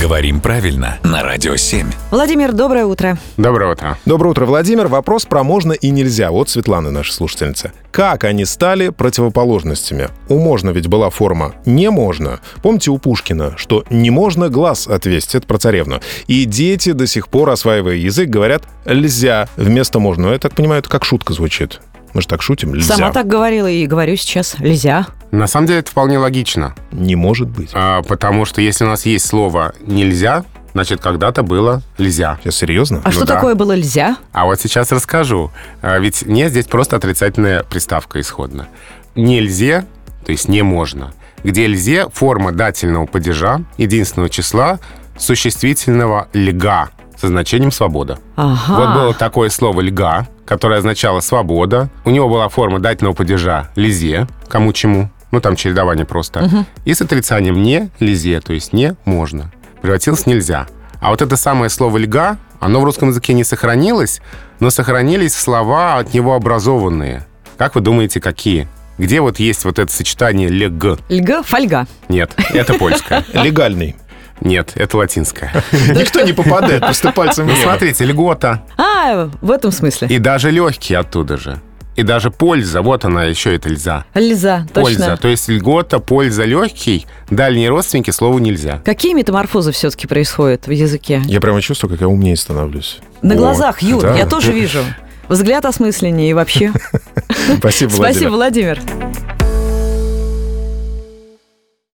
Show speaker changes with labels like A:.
A: Говорим правильно на Радио 7.
B: Владимир, доброе утро.
C: Доброе утро.
D: Доброе утро, Владимир. Вопрос про можно и нельзя от Светланы, нашей слушательницы. Как они стали противоположностями? У можно ведь была форма «не можно». Помните у Пушкина, что «не можно глаз отвесить» — это про царевну. И дети, до сих пор осваивая язык, говорят «льзя» вместо «можно». Но я так понимаю, это как шутка звучит. Мы же так шутим, льзя.
B: Сама так говорила и говорю сейчас. Лизя.
C: На самом деле это вполне логично,
D: Не может быть.
C: а, потому что если у нас есть слово «нельзя», значит, когда-то было «нельзя».
D: Я серьезно?
B: А что
C: Ну да.
B: такое было льзя?
C: А вот сейчас расскажу. А, ведь «не» здесь просто отрицательная приставка исходно. «Нельзя», то есть «не можно», где «льзе» — форма дательного падежа, единственного числа, существительного «льга» со значением «свобода».
B: Ага.
C: Вот было такое слово «льга», которое означало «свобода». У него была форма дательного падежа «лизе», кому чему, ну там чередование просто. И с отрицанием «не лизе», то есть «не можно». Превратилось в «нельзя». А вот это самое слово «льга», оно в русском языке не сохранилось, но сохранились слова от него образованные. Как вы думаете, какие? Где вот есть вот это сочетание «лег»?
B: Льга, фольга.
C: Нет, это польское.
B: а
D: Легальный.
C: Нет, это латинское.
D: Никто не попадает, просто пальцем в
C: Ну,
D: небо.
C: смотрите, льгота.
B: А, в этом смысле.
C: И даже легкие оттуда же. И даже польза, вот она еще это льза.
B: Льза,
C: Польза,
B: точно.
C: то есть льгота, польза, легкий, дальние родственники слову нельзя.
B: Какие метаморфозы все-таки происходят в языке?
D: Я прямо чувствую, как я умнее становлюсь.
B: На
C: О,
B: глазах, Юр,
D: да.
B: я тоже вижу. Взгляд осмысленнее и вообще.
D: Спасибо, Владимир.
B: Спасибо, Владимир.